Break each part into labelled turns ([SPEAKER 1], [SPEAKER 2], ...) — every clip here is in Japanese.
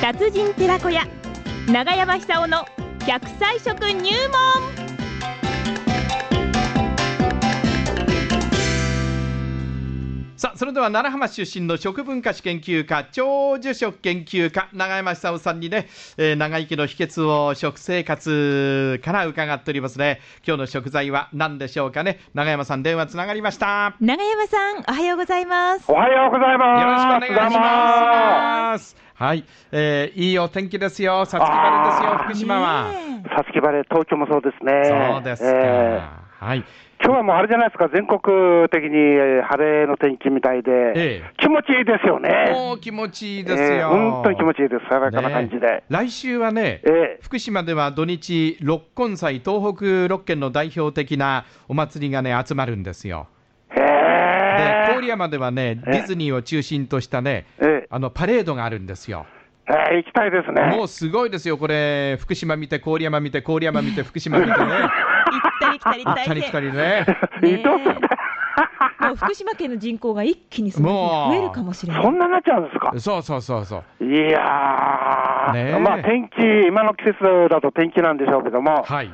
[SPEAKER 1] 達人寺子屋長山久夫の百歳食入門
[SPEAKER 2] さあそれでは奈良浜出身の食文化史研究家長寿食研究家永山久夫さんにね、えー長生きの秘訣を食生活から伺っておりますね今日の食材は何でしょうかね永山さん電話つながりました
[SPEAKER 1] 長山さんおはようございます
[SPEAKER 3] おはようござい
[SPEAKER 2] よろしくお
[SPEAKER 3] ます。
[SPEAKER 2] 願いし
[SPEAKER 3] す。
[SPEAKER 2] ますはい、えーいいお天気ですよさつき晴れですよ
[SPEAKER 3] あー
[SPEAKER 2] 福島は、
[SPEAKER 1] ね
[SPEAKER 3] さつき晴れ、東京もそうですね。
[SPEAKER 2] そうですか、
[SPEAKER 3] えー
[SPEAKER 2] はい
[SPEAKER 3] 今日はもうあれじゃないですか、全国的にえー晴れの天気みたいで、
[SPEAKER 2] ええ
[SPEAKER 3] 気持ちいいですよね。
[SPEAKER 2] もう気持ちいいですよ、
[SPEAKER 3] えー本当に気持ちいいです、爽やかな感じ
[SPEAKER 2] ね
[SPEAKER 3] で。
[SPEAKER 2] 来週はね、
[SPEAKER 3] ええ
[SPEAKER 2] 福島では土日、六根祭、東北6県の代表的なお祭りがね、集まるんですよ。
[SPEAKER 3] へ
[SPEAKER 2] で、
[SPEAKER 3] え
[SPEAKER 2] 郡山ではね、デ
[SPEAKER 3] ええ
[SPEAKER 2] ィズニーを中心としたね、
[SPEAKER 3] ええ
[SPEAKER 2] あのパレードがあるんですよ。
[SPEAKER 3] えー行きたいですね。
[SPEAKER 2] もうすごいですよ、これ、福島見て、郡山見て、郡山見て、福島見て ね、
[SPEAKER 1] 行ったり来たり
[SPEAKER 2] 行
[SPEAKER 1] 行
[SPEAKER 2] ったり来たりね。
[SPEAKER 1] ねえ
[SPEAKER 3] 伊藤さん、
[SPEAKER 1] もう福島県の人口が一気にその日に増えるかもしれない
[SPEAKER 3] そんなになっちゃうんですか
[SPEAKER 2] そうそうそうそう。
[SPEAKER 3] いやー、
[SPEAKER 2] ねえ
[SPEAKER 3] まあ天気、今の季節だと天気なんでしょうけども、
[SPEAKER 2] はい。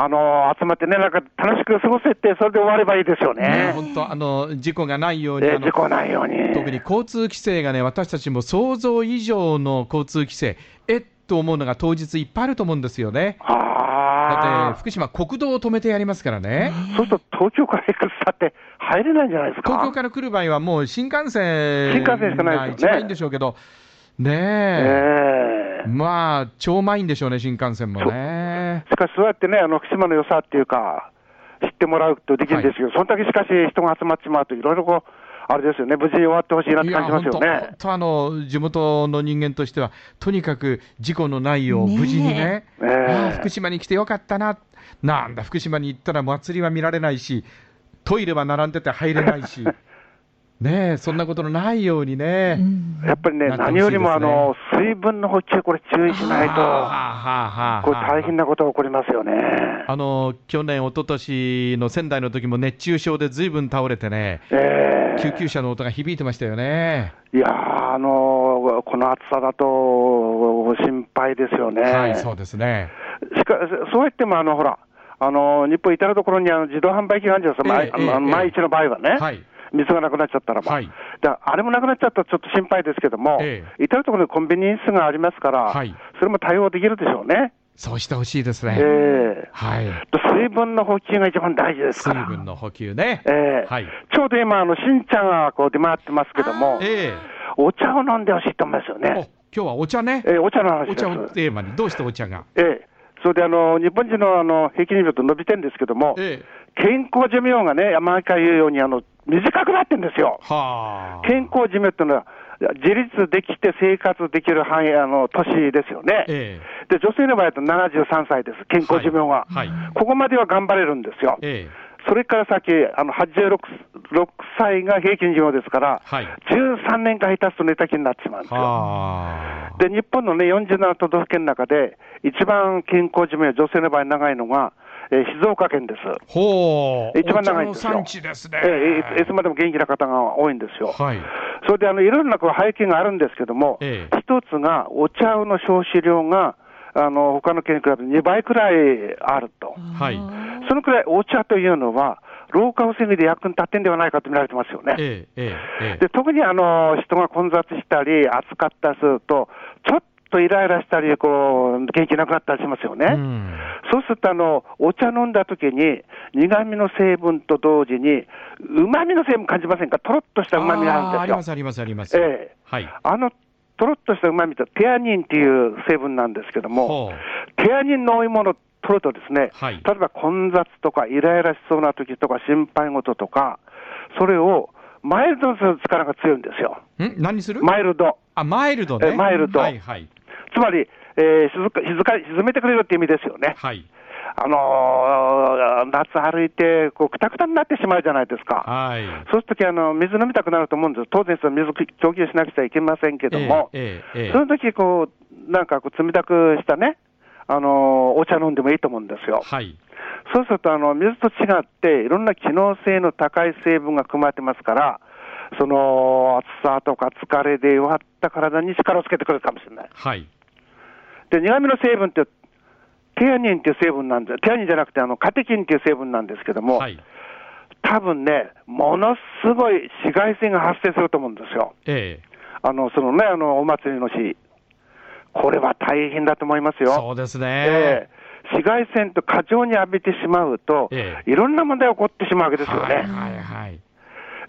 [SPEAKER 3] あのー集まってね、なんか楽しく過ごせて、それで終わればいいですよ
[SPEAKER 2] ね、
[SPEAKER 3] ね。
[SPEAKER 2] 本当あの事故がないように、
[SPEAKER 3] え
[SPEAKER 2] あ
[SPEAKER 3] ー
[SPEAKER 2] の
[SPEAKER 3] 事故ないように。
[SPEAKER 2] 特に交通規制がね、私たちも想像以上の交通規制、えっと思うのが当日いっぱいあると思うんですよね。だっ
[SPEAKER 3] あ
[SPEAKER 2] て、福島、国道を止めてやりますからね。
[SPEAKER 3] あ、そうすると東京から行くさって入れないんじゃないですか。
[SPEAKER 2] 東京から来る場合はもう新幹線
[SPEAKER 3] 新幹線しか
[SPEAKER 2] が
[SPEAKER 3] ないで
[SPEAKER 2] 一
[SPEAKER 3] すよね
[SPEAKER 2] 番いいんでしょうけど、ねえ、
[SPEAKER 3] ええ
[SPEAKER 2] まあ、超満員でしょうね、新幹線もね。
[SPEAKER 3] しかしそうやってね、あの、福島の良さっていうか、知ってもらうとできるんですけど、そのだけしかし人が集まってしまうと、いろいろこう、あれですよね、無事終わってほしいなって
[SPEAKER 2] い
[SPEAKER 3] 感
[SPEAKER 2] や
[SPEAKER 3] じま
[SPEAKER 2] 本
[SPEAKER 3] す
[SPEAKER 2] 当、
[SPEAKER 3] よ
[SPEAKER 2] 本
[SPEAKER 3] ね。
[SPEAKER 2] 当あの地元の人間としては、とにかく事故のないよう、
[SPEAKER 1] ねえ
[SPEAKER 2] 無事にね、
[SPEAKER 3] ええ
[SPEAKER 2] ああ福島に来てよかったな、なんだ、福島に行ったら祭りは見られないし、トイレは並んでて入れない し、ねえ、そんなことのないようにね。
[SPEAKER 1] うん
[SPEAKER 3] やっぱりね、
[SPEAKER 2] なってほしい
[SPEAKER 3] 何よりも
[SPEAKER 2] で
[SPEAKER 3] あ
[SPEAKER 2] すね
[SPEAKER 3] の、水分の補給、これ注意しない
[SPEAKER 2] はあ
[SPEAKER 3] と、
[SPEAKER 2] はあはあ
[SPEAKER 3] これ大変なことが起こりますよね。
[SPEAKER 2] あの去年、一昨年の仙台の時も熱中症でずいぶん倒れてね、
[SPEAKER 3] ええ
[SPEAKER 2] 救急車の音が響いてましたよね。
[SPEAKER 3] いやー、あのーこの暑さだと心配ですよね。
[SPEAKER 2] はい、そうですね。
[SPEAKER 3] しかそう言っても、あのほら、あの日本至る所にあの自動販売機があるんですよ、まあ
[SPEAKER 2] ええ
[SPEAKER 3] あの
[SPEAKER 2] ええ
[SPEAKER 3] 毎日の場合はね、
[SPEAKER 2] はい
[SPEAKER 3] 水がなくなっちゃったらば、
[SPEAKER 2] はい
[SPEAKER 3] だあれもなくなっちゃったらちょっと心配ですけども、
[SPEAKER 2] え
[SPEAKER 3] 至る所にコンビニエンスがありますから、
[SPEAKER 2] はい
[SPEAKER 3] それも対応できるでしょうね、
[SPEAKER 2] そうしてほしいですね。
[SPEAKER 3] ええ
[SPEAKER 2] はい。
[SPEAKER 3] と水分の補給が一番大事です
[SPEAKER 2] 水
[SPEAKER 3] から、
[SPEAKER 2] 分の補給ね。
[SPEAKER 3] ええ
[SPEAKER 2] はい
[SPEAKER 3] ちょうど今、あの新茶がこう出回ってますけども、
[SPEAKER 2] え
[SPEAKER 3] お茶を飲んでほしいと思いますよ
[SPEAKER 2] えお
[SPEAKER 3] ね、
[SPEAKER 2] 今日はお茶ね。
[SPEAKER 3] ええお茶の話
[SPEAKER 2] お
[SPEAKER 3] です。
[SPEAKER 2] 茶をテーマに、どうしてお茶が。
[SPEAKER 3] ええ、それであの日本人のあの平均寿命と伸びてるんですけども、
[SPEAKER 2] ええ
[SPEAKER 3] 健康寿命がね、山中言うようにあの短くなってるんですよ。
[SPEAKER 2] はあ。
[SPEAKER 3] 健康寿命っていうのは、自立できて生活できる範囲、あの年ですよね。
[SPEAKER 2] え
[SPEAKER 3] で女性の場合だと73歳です、健康寿命が、
[SPEAKER 2] はいはい
[SPEAKER 3] ここまでは頑張れるんですよ、
[SPEAKER 2] ええ
[SPEAKER 3] それから先、あの86 6歳が平均寿命ですから、
[SPEAKER 2] はい
[SPEAKER 3] 13年間下手すと寝たきりになってしまうんですよ。
[SPEAKER 2] はあ。
[SPEAKER 3] で、日本のね、47都道府県の中で、一番健康寿命、女性の場合長いのが、えー静岡県です。
[SPEAKER 2] ほう。
[SPEAKER 3] 一番長いん
[SPEAKER 2] お
[SPEAKER 3] です
[SPEAKER 2] 茶
[SPEAKER 3] よ。
[SPEAKER 2] の産地ですね。
[SPEAKER 3] ええいついつまでも元気な方が多いんですよ。
[SPEAKER 2] はい。
[SPEAKER 3] それで、あの、いろんなこう背景があるんですけども、
[SPEAKER 2] ええ
[SPEAKER 3] 一つが、お茶の消費量が、あの、他の県に比べて2倍くらいあると。
[SPEAKER 2] はい
[SPEAKER 3] そのくらいお茶というのは、老化を防ぎで役に立ってんではないかと見られてますよね。
[SPEAKER 2] えええええ
[SPEAKER 3] で特にあの人が混雑したり、暑かったりすると、ちょっとイライラしたり、こう元気なくなったりしますよね。
[SPEAKER 2] えうん。
[SPEAKER 3] そうするとあの、お茶飲んだ時に、苦味の成分と同時に、うまみの成分感じませんか、とろっとしたうまみが
[SPEAKER 2] あー
[SPEAKER 3] あ
[SPEAKER 2] あり
[SPEAKER 3] るん
[SPEAKER 2] ま
[SPEAKER 3] です
[SPEAKER 2] す
[SPEAKER 3] よ。
[SPEAKER 2] ありますあります。
[SPEAKER 3] ええ
[SPEAKER 2] はい。
[SPEAKER 3] あのとろっとしたうまみとテアニンっていう成分なんですけども、
[SPEAKER 2] ほう。
[SPEAKER 3] テアニンの多いものを取るとですね、
[SPEAKER 2] はい
[SPEAKER 3] 例えば混雑とかイライラしそうな時とか心配事とか、それをマイルドにする力が強いんですよ。
[SPEAKER 2] ん何する
[SPEAKER 3] マイルド。
[SPEAKER 2] あ、マイルドね。
[SPEAKER 3] えマイルド
[SPEAKER 2] はいはい。
[SPEAKER 3] つまり、えー静か静か沈めてくれるって意味ですよね。
[SPEAKER 2] はい。
[SPEAKER 3] あのー夏歩いて、こう、くたくたになってしまうじゃないですか。
[SPEAKER 2] はい。
[SPEAKER 3] そうするとき、あの、水飲みたくなると思うんです。当然、その水供給しなくちゃいけませんけども、
[SPEAKER 2] ええええええ
[SPEAKER 3] その時こう、なんかこう、冷たくしたね、あのーお茶飲んでもいいと思うんですよ。
[SPEAKER 2] はい。
[SPEAKER 3] そうすると、あの、水と違って、いろんな機能性の高い成分が含まれてますから、その、暑さとか疲れで弱った体に力をつけてくれるかもしれない。
[SPEAKER 2] はい。
[SPEAKER 3] で、苦味の成分って、テアニンっていう成分なんで、テアニンじゃなくて、あの、カテキンっていう成分なんですけども、
[SPEAKER 2] はい。
[SPEAKER 3] 多分ね、ものすごい紫外線が発生すると思うんですよ。
[SPEAKER 2] ええ
[SPEAKER 3] あの、そのね、あの、お祭りの日。これは大変だと思いますよ。
[SPEAKER 2] そうですね。
[SPEAKER 3] ええ紫外線と過剰に浴びてしまうと、
[SPEAKER 2] え
[SPEAKER 3] いろんな問題が起こってしまうわけですよ
[SPEAKER 2] はい
[SPEAKER 3] ね。
[SPEAKER 2] はいはい。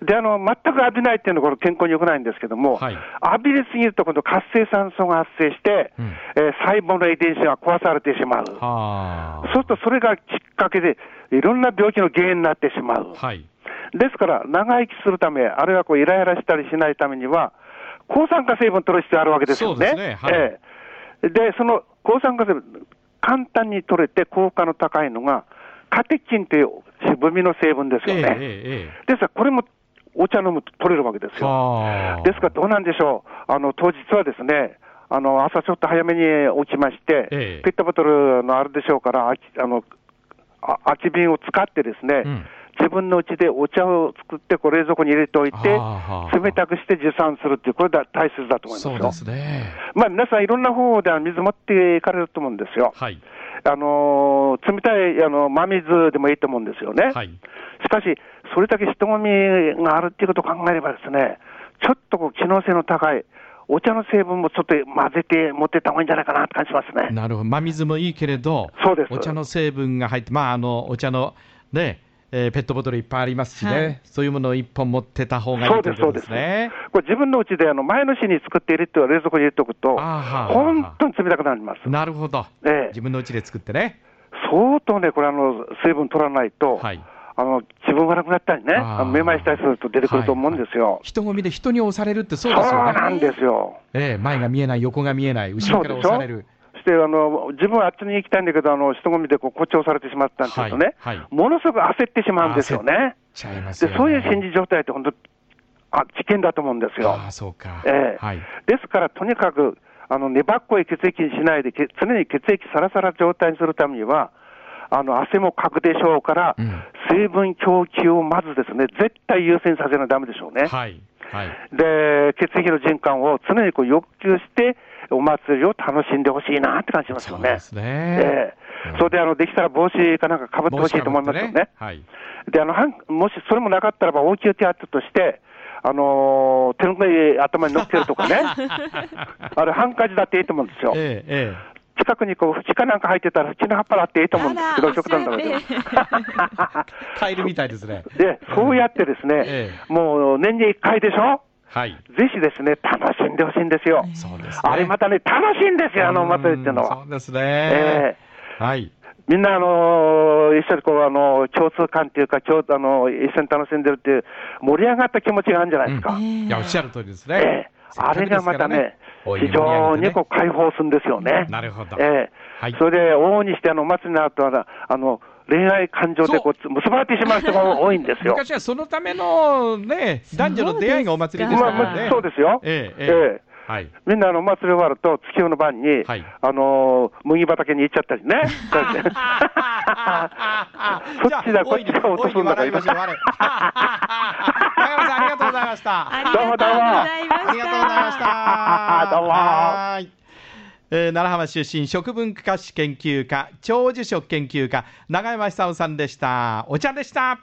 [SPEAKER 3] で、あの、全く浴びないっていうのは、この健康に良くないんですけども、
[SPEAKER 2] はい
[SPEAKER 3] 浴びれすぎると、今度活性酸素が発生して、
[SPEAKER 2] うん
[SPEAKER 3] えー細胞の遺伝子が壊されてしまう。
[SPEAKER 2] はあ。
[SPEAKER 3] そうすると、それがきっかけで、いろんな病気の原因になってしまう。
[SPEAKER 2] はい。
[SPEAKER 3] ですから、長生きするため、あるいはこうイライラしたりしないためには、抗酸化成分を取る必要あるわけですよね。
[SPEAKER 2] そうですねはい
[SPEAKER 3] ええで、その抗酸化成分、簡単に取れて効果の高いのが、カテキンという渋みの成分です
[SPEAKER 2] え
[SPEAKER 3] よ
[SPEAKER 2] え
[SPEAKER 3] ね。
[SPEAKER 2] え
[SPEAKER 3] ですから、これもお茶飲むと取れるわけで
[SPEAKER 2] え
[SPEAKER 3] すよ。
[SPEAKER 2] はあ。
[SPEAKER 3] ですから、どうなんでしょう、あの当日はですね、あの朝ちょっと早めに起きまして、
[SPEAKER 2] ええ
[SPEAKER 3] ペットボトルのあるでしょうから、空きあのあ空き瓶を使ってですね、
[SPEAKER 2] うん
[SPEAKER 3] 自分の家でお茶を作って、こう冷蔵庫に入れておいて
[SPEAKER 2] はあ、
[SPEAKER 3] 冷たくして持参するっていう、これだ大切だと思いますよ。
[SPEAKER 2] そうですね。
[SPEAKER 3] まあ、皆さん、いろんな方法であの水持っていかれると思うんですよ。
[SPEAKER 2] はい。
[SPEAKER 3] あのー冷たいあの真水でもいいと思うんですよね。
[SPEAKER 2] はい。
[SPEAKER 3] しかし、それだけ人混みがあるっていうことを考えればですね、ちょっとこう機能性の高い、お茶の成分もちょっと混ぜて持ってった方がいいんじゃないかなって感じますね。
[SPEAKER 2] なるほど。真水もいいけれど、
[SPEAKER 3] そうです
[SPEAKER 2] お茶の成分が入って、まあ、あの、お茶の、ね、えーペットボトルいっぱいありますしね、
[SPEAKER 1] はい
[SPEAKER 2] そういうものを一本持ってた方がい
[SPEAKER 3] そ
[SPEAKER 2] いうとい
[SPEAKER 3] で
[SPEAKER 2] う
[SPEAKER 3] す、
[SPEAKER 2] こ
[SPEAKER 3] そ
[SPEAKER 2] と
[SPEAKER 3] うで
[SPEAKER 2] ですす。ね。
[SPEAKER 3] これ自分のうちであの前の日に作って入れて、冷蔵庫に入れておくと、
[SPEAKER 2] あー
[SPEAKER 3] 本当に冷たくなります。
[SPEAKER 2] なるほど。
[SPEAKER 3] ええ
[SPEAKER 2] 自分の家で作ってね。
[SPEAKER 3] 相当ね、これあの、水分取らないと、
[SPEAKER 2] はい
[SPEAKER 3] あの自分がなくなったりね、
[SPEAKER 2] あー
[SPEAKER 3] あのめまいしたりすると出てくると思うんですよ。
[SPEAKER 2] 人混みで人に押されるってそう
[SPEAKER 3] そう
[SPEAKER 2] ですよね。
[SPEAKER 3] なんですよ。
[SPEAKER 2] ええ前が見えない、横が見えない、後
[SPEAKER 3] そ
[SPEAKER 2] ろ
[SPEAKER 3] う
[SPEAKER 2] から
[SPEAKER 3] でし
[SPEAKER 2] 押
[SPEAKER 3] ょ
[SPEAKER 2] される。
[SPEAKER 3] してあの自分はあっちに行きたいんだけど、あの人混みでこう誇張されてしまったんですよね、
[SPEAKER 2] はいはい
[SPEAKER 3] ものすごく焦ってしまうんですよね、
[SPEAKER 2] ちゃいます
[SPEAKER 3] で
[SPEAKER 2] よね
[SPEAKER 3] そういう心理状態って本当、あ危険だと思うんですよ
[SPEAKER 2] あ。あ、そうか。
[SPEAKER 3] ええ
[SPEAKER 2] はい。
[SPEAKER 3] ですから、とにかくあの粘っこい血液にしないで、け常に血液サラサラ状態にするためには、あの汗もかくでしょうから、
[SPEAKER 2] うん
[SPEAKER 3] 水分供給をまずですね、絶対優先させないとだめでしょうね。
[SPEAKER 2] はい。はい。
[SPEAKER 3] で血液の循環を常にこう欲求して、お祭りを楽しんでほしいなって感じますよ
[SPEAKER 2] そう
[SPEAKER 3] ね
[SPEAKER 2] で。すね。
[SPEAKER 3] ええそれであのできたら帽子かなんかかぶってほしいと思いますよね。
[SPEAKER 2] 帽子かぶってはい。
[SPEAKER 3] であのはんもしそれもなかったらば、応急手当として、あのー手の上に頭に乗っけるとかね、 あれ、ハンカチだっていいと思うんですよ。
[SPEAKER 2] えええ
[SPEAKER 3] 近くにこう、縁かなんか入ってたら、縁の葉っぱだっていいと思うんですけど、極端だけど。
[SPEAKER 2] えカエルみたいですね。
[SPEAKER 3] で、そうやってですね、
[SPEAKER 2] え
[SPEAKER 3] もう年に1回でしょ
[SPEAKER 2] はい。
[SPEAKER 3] ぜひですね、楽しんでほしいんですよ。
[SPEAKER 2] そうですね。
[SPEAKER 3] あれまたね、楽しいんですよ、あのお祭りっていうの
[SPEAKER 2] う
[SPEAKER 3] は
[SPEAKER 2] ん。そうです
[SPEAKER 3] え
[SPEAKER 2] ね。
[SPEAKER 3] え
[SPEAKER 2] はい。
[SPEAKER 3] みんな、あのー一緒にこう、あのー共通感っていうか、共あのー一緒に楽しんでるっていう、盛り上がった気持ちがあるんじゃないですか。
[SPEAKER 2] いや、おっしゃる通りです
[SPEAKER 3] え
[SPEAKER 2] ね
[SPEAKER 3] え。あれがまたね、
[SPEAKER 2] 非
[SPEAKER 3] 非常にこう解放するんですよね。
[SPEAKER 2] なるほど
[SPEAKER 3] ええ
[SPEAKER 2] はい
[SPEAKER 3] それで、往々にして、あの、お祭りの後は、あの、恋愛感情でこうつ結ばれてしまう人が多いんですよ。
[SPEAKER 2] 昔はそのためのね、男女の出会いがお祭りでし
[SPEAKER 3] ま
[SPEAKER 2] た
[SPEAKER 3] あ、
[SPEAKER 2] か
[SPEAKER 3] ま
[SPEAKER 2] らね。
[SPEAKER 3] あそうですよ。
[SPEAKER 2] ええ、ええ。はい。
[SPEAKER 3] みんなあのお祭り終わると、月夜の晩に、
[SPEAKER 2] はい
[SPEAKER 3] あのー麦畑に行っちゃっ たりね、 そうやって
[SPEAKER 2] そ
[SPEAKER 3] っちだこっちだ落とすんだから
[SPEAKER 2] 笑いましょう、 笑い。中山さん、ありがとうございました。
[SPEAKER 1] ありがとうございました。
[SPEAKER 2] ありがとうございました。
[SPEAKER 3] どうも
[SPEAKER 2] はーいえー奈良浜出身食文化史研究家長寿食研究家永山久夫さんでしたお茶でした